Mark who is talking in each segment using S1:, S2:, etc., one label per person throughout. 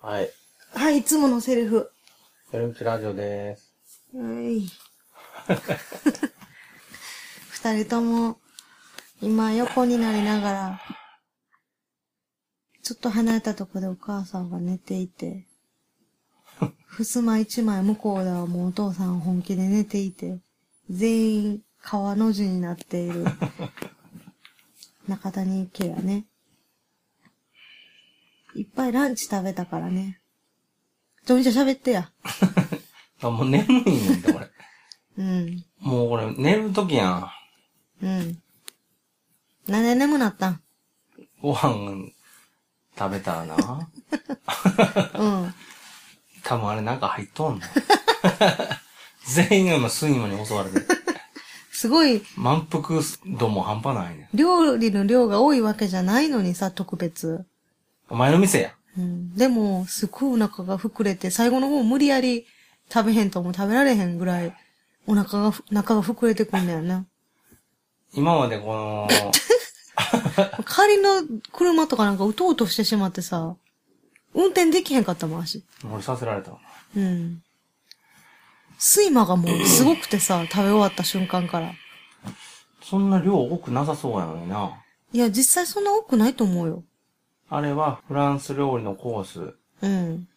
S1: はい。
S2: はい、いつものセリフ。
S1: セルフラジオです。
S2: はい。二人とも、今横になりながら、ちょっと離れたとこでお母さんが寝ていて、襖一枚向こうではもうお父さん本気で寝ていて、全員川の字になっている、中谷家やね。いっぱいランチ食べたからね。ちょ、みちゃん喋ってや。
S1: あ、もう眠いねんて、これ。
S2: うん。
S1: もうこれ、寝るときやん。
S2: うん。なんで眠なったん
S1: ご飯食べたらな。
S2: うん。
S1: 多分あれなんか入っとんの。 全員が今睡魔に襲われてる。
S2: すごい、
S1: 満腹度も半端ないねん。
S2: 料理の量が多いわけじゃないのにさ、特別。
S1: お前の店や。
S2: うん。でも、すごいお腹が膨れて、最後の方無理やり食べへんとも食べられへんぐらい、お腹がふ、中が膨れてくんだよな。
S1: 今までこの、
S2: 帰りの車とかなんかうとうとしてしまってさ、運転できへんかったもん、足。
S1: 俺させられたわ。
S2: うん。睡魔がもうすごくてさ、食べ終わった瞬間から。
S1: そんな量多くなさそうやのにな。
S2: いや、実際そんな多くないと思うよ。
S1: あれはフランス料理のコース。
S2: うん。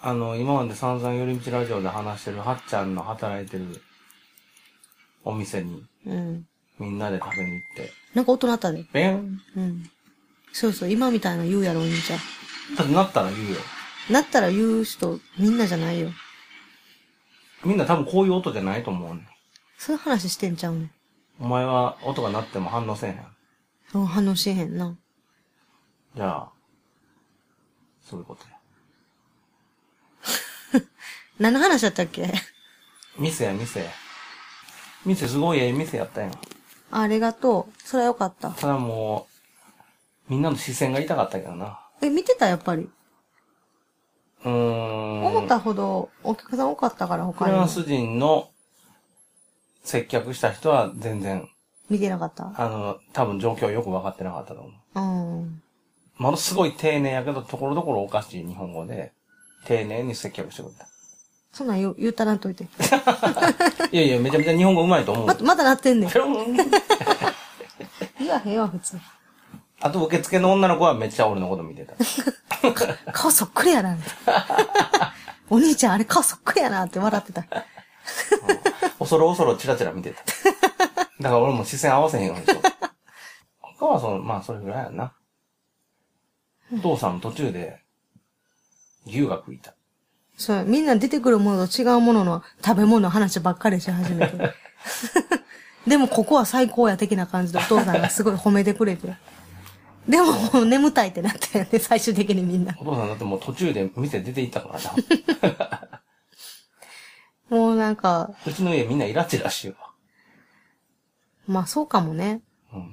S1: あの、今まで散々寄り道ラジオで話してるはっちゃんの働いてるお店に
S2: うん。
S1: みんなで食べに行って。
S2: なんか音鳴ったで。
S1: べん
S2: うん。そうそう、今みたいな言うやろ、お兄ちゃん。
S1: だってなったら言うよ。
S2: なったら言う人、みんなじゃないよ。
S1: みんな多分こういう音じゃないと思うねん。
S2: そういう話してんちゃうねん。
S1: お前は音が鳴っても反応せえへん。
S2: そう反応しへんな。
S1: じゃあ、そういうことや。
S2: 何の話だったっけ
S1: 店や店や。店すごいええ店やったやん。
S2: ありがとう。それはよかった。
S1: ただもう、みんなの視線が痛かったけどな。
S2: え、見てたやっぱり。
S1: うーん。
S2: 思ったほどお客さん多かったから
S1: フ
S2: 他に
S1: ラ
S2: も
S1: ン。ス人の接客した人は全然、
S2: 見てなかった。
S1: あの、多分状況よく分かってなかったと思
S2: うん。
S1: う。ものすごい丁寧やけど、ところどころおかしい日本語で、丁寧に接客してくれた。
S2: そんなん言う言うたらんといて。
S1: いやいや、めちゃめちゃ日本語うまいと思う
S2: ま、。まだなってんねん
S1: ペ。ロン
S2: 言わへんわ、普通。
S1: あと、受付の女の子はめっちゃ俺のこと見てた。
S2: 顔そっくりやな、みたいなお兄ちゃん、あれ顔そっくりやなって笑ってた。
S1: 恐ろ恐ろチラチラ見てた。だから俺も視線合わせへんようにしよう。他はその、まあそれぐらいやんな。お父さんも途中で、牛が食いた。
S2: そう、みんな出てくるものと違うものの食べ物の話ばっかりし始め て。でもここは最高や的な感じでお父さんがすごい褒めてくれて。でももう眠たいってなったよね、最終的にみんな。
S1: お父さんだってもう途中で店出て行ったからな。
S2: もうなんか、
S1: うちの家みんなイラチラしてるわ。
S2: まあそうかもね。
S1: うん。
S2: め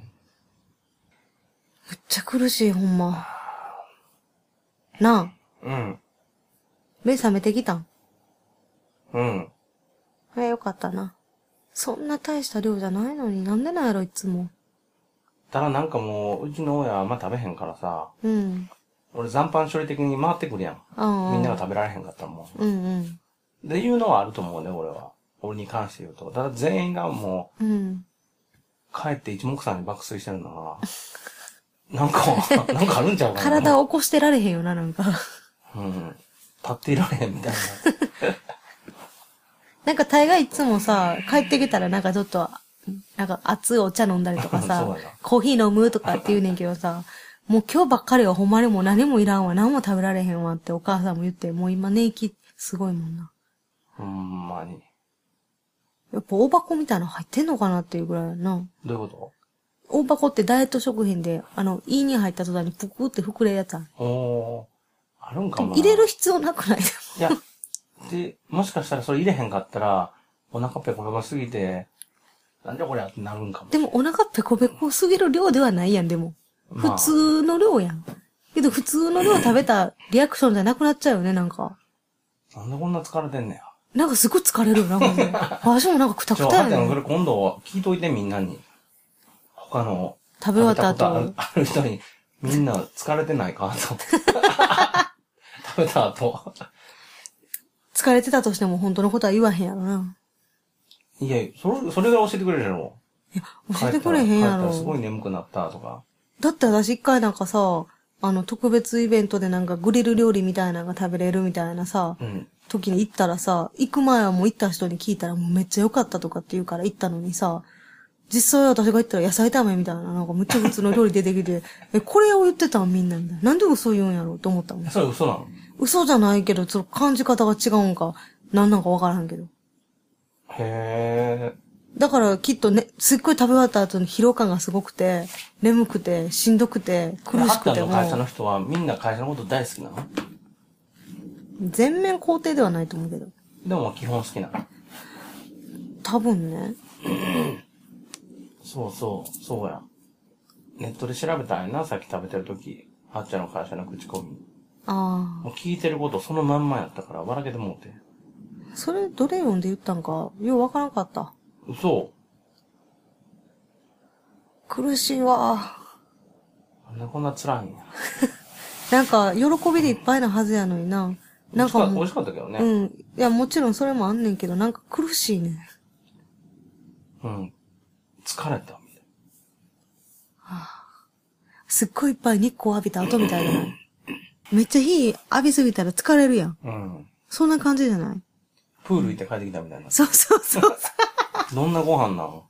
S2: っちゃ苦しい、ほんま。なあ、
S1: うん。
S2: 目覚めてきたん
S1: うん。
S2: え、よかったな。そんな大した量じゃないのになんでなんやろ、いつも。
S1: ただなんかもう、うちの親はあんま食べへんからさ、
S2: うん。
S1: 俺残飯処理的に回ってくるやん。
S2: ああ。
S1: みんなが食べられへんかったらも
S2: うんうん。
S1: う。で、いうのはあると思うね、俺は。俺に関して言うと。ただ全員がもう、
S2: うん。
S1: 帰って一目散に爆睡してる のな。なんか、なんかあるんちゃうかな。
S2: 体を起こしてられへんよな、 なんか。
S1: うん。立っていられへんみたい
S2: なんか大概いつもさ、帰ってきたらなんかちょっと、なんか熱いお茶飲んだりとか
S1: そ
S2: さ
S1: うやな、
S2: コーヒー飲むとかって言うねんけど さ、もう今日ばっかりはほんまにもう何もいらんわ、何も食べられへんわってお母さんも言って、もう今寝息すごいもんな。
S1: な。ほんまに。
S2: やっぱ大箱みたいなの入ってんのかなっていうぐらいやな。
S1: どういうこ
S2: 大箱ってダイエット食品で、あの、胃に入った途端にぷくって膨れるやつある
S1: とおー。あるんかもな。
S2: 入れる必要なくない
S1: いや、で、もしかしたらそれ入れへんかったら、お腹ペコペコすぎて、なんじゃこりゃってなるんかも。
S2: でもお腹ペコペコすぎる量ではないやん、でも。普
S1: まあ
S2: 通の量やん。けど普通の量食べたリアクションじゃなくなっちゃうよね、なんか。
S1: なんでこんな疲れてんねや。
S2: なんかすごい疲れるよな、ほんで 私もなんかくた
S1: ち
S2: く
S1: ょ、
S2: た
S1: は
S2: や
S1: て
S2: ね
S1: のそれ今度聞いといてみんなに。他の、
S2: 食べ終わった
S1: 食べたことある
S2: 後。
S1: ある人に、みんな疲れてないかと。食べた後。
S2: 疲れてたとしても本当のことは言わへんやろな。
S1: いや、それ、それぐらい教えてくれるやろ。
S2: 教えてくれへん
S1: 帰っ
S2: や
S1: たら帰ったらすご
S2: ろ。
S1: い眠くなったとか。
S2: だって私一回なんかさ、あの特別イベントでなんかグリル料理みたいなのが食べれるみたいなさ、
S1: うん。
S2: 時に行ったらさ、行く前はもう行った人に聞いたらもうめっちゃ良かったとかって言うから行ったのにさ、実際私が行ったら野菜炒めみたいな、なんかめっちゃ普通の料理出てき て、え、これを言ってたんみんなみたいな。なんで嘘言うんやろうと思ったもん。
S1: それ嘘なの
S2: 嘘じゃないけど、その感じ方が違うんか、なんなんかわからんけど。
S1: へえ。
S2: だからきっとね、すっごい食べ終わった後の疲労感がすごくて、眠くて、しんどくて、苦し
S1: ハ
S2: く
S1: ッ
S2: て
S1: タンの
S2: も、
S1: 会社の人はみんな会社のこと大好きなの
S2: 全面肯定ではないと思うけど。
S1: でも基本好きなの
S2: 多分ね。
S1: そうそう、そうや。ネットで調べたんやな、さっき食べてるとき。はっちゃんの会社の口コミ。
S2: ああ。
S1: もう聞いてることそのまんまやったから、笑けてもうて。
S2: それ、どれ読んで言ったんか、ようわからんかった。
S1: 嘘
S2: 苦しいわ。
S1: なんでこんな辛いんや。
S2: なんか、喜びでいっぱいなはずやのにな。
S1: 美
S2: なん
S1: 味しか
S2: か
S1: 美
S2: も
S1: 味
S2: う、
S1: しかったけど
S2: う
S1: ね。
S2: ん。いや、もちろんそれもあんねんけど、なんか苦しいねん。
S1: うん。疲れた。みたい
S2: すっごいいっぱい日光浴びた後みたいじゃないめっちゃ火浴びすぎたら疲れるやん。
S1: な。うん。
S2: そんな感じじゃない
S1: プール行って帰ってきたみたいな。
S2: そうそうそう。
S1: どんなご飯なの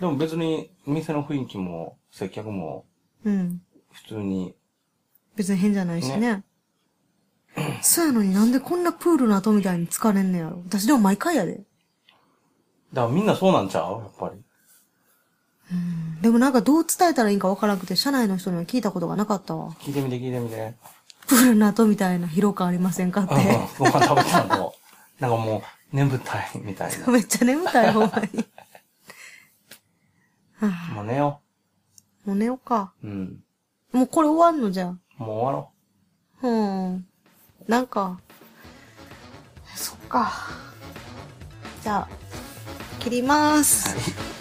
S1: でも別に、店の雰囲気も、接客も、
S2: うん。
S1: 普通に、
S2: 別に変じゃないしね。そうやのになんでこんなプールの後みたいに疲れんねやろ。私でも毎回やで。
S1: だからみんなそうなんちゃうやっぱり。
S2: でもなんかどう伝えたらいいんかわからなくて、社内の人には聞いたことがなかったわ。
S1: 聞いてみて聞いてみて。
S2: プールの後みたいな疲労感ありませんかっ
S1: うん
S2: て。。
S1: ご飯食べてたの。なんかもう、眠たい、みたい
S2: めっちゃ眠たい、ほんまに。
S1: な。もう寝よ
S2: もう寝ようか。
S1: う。うん。
S2: もうこれ終わんのじゃん。
S1: もう終わろ
S2: うん。なんか、そっか。じゃあ、切りまーす。
S1: う。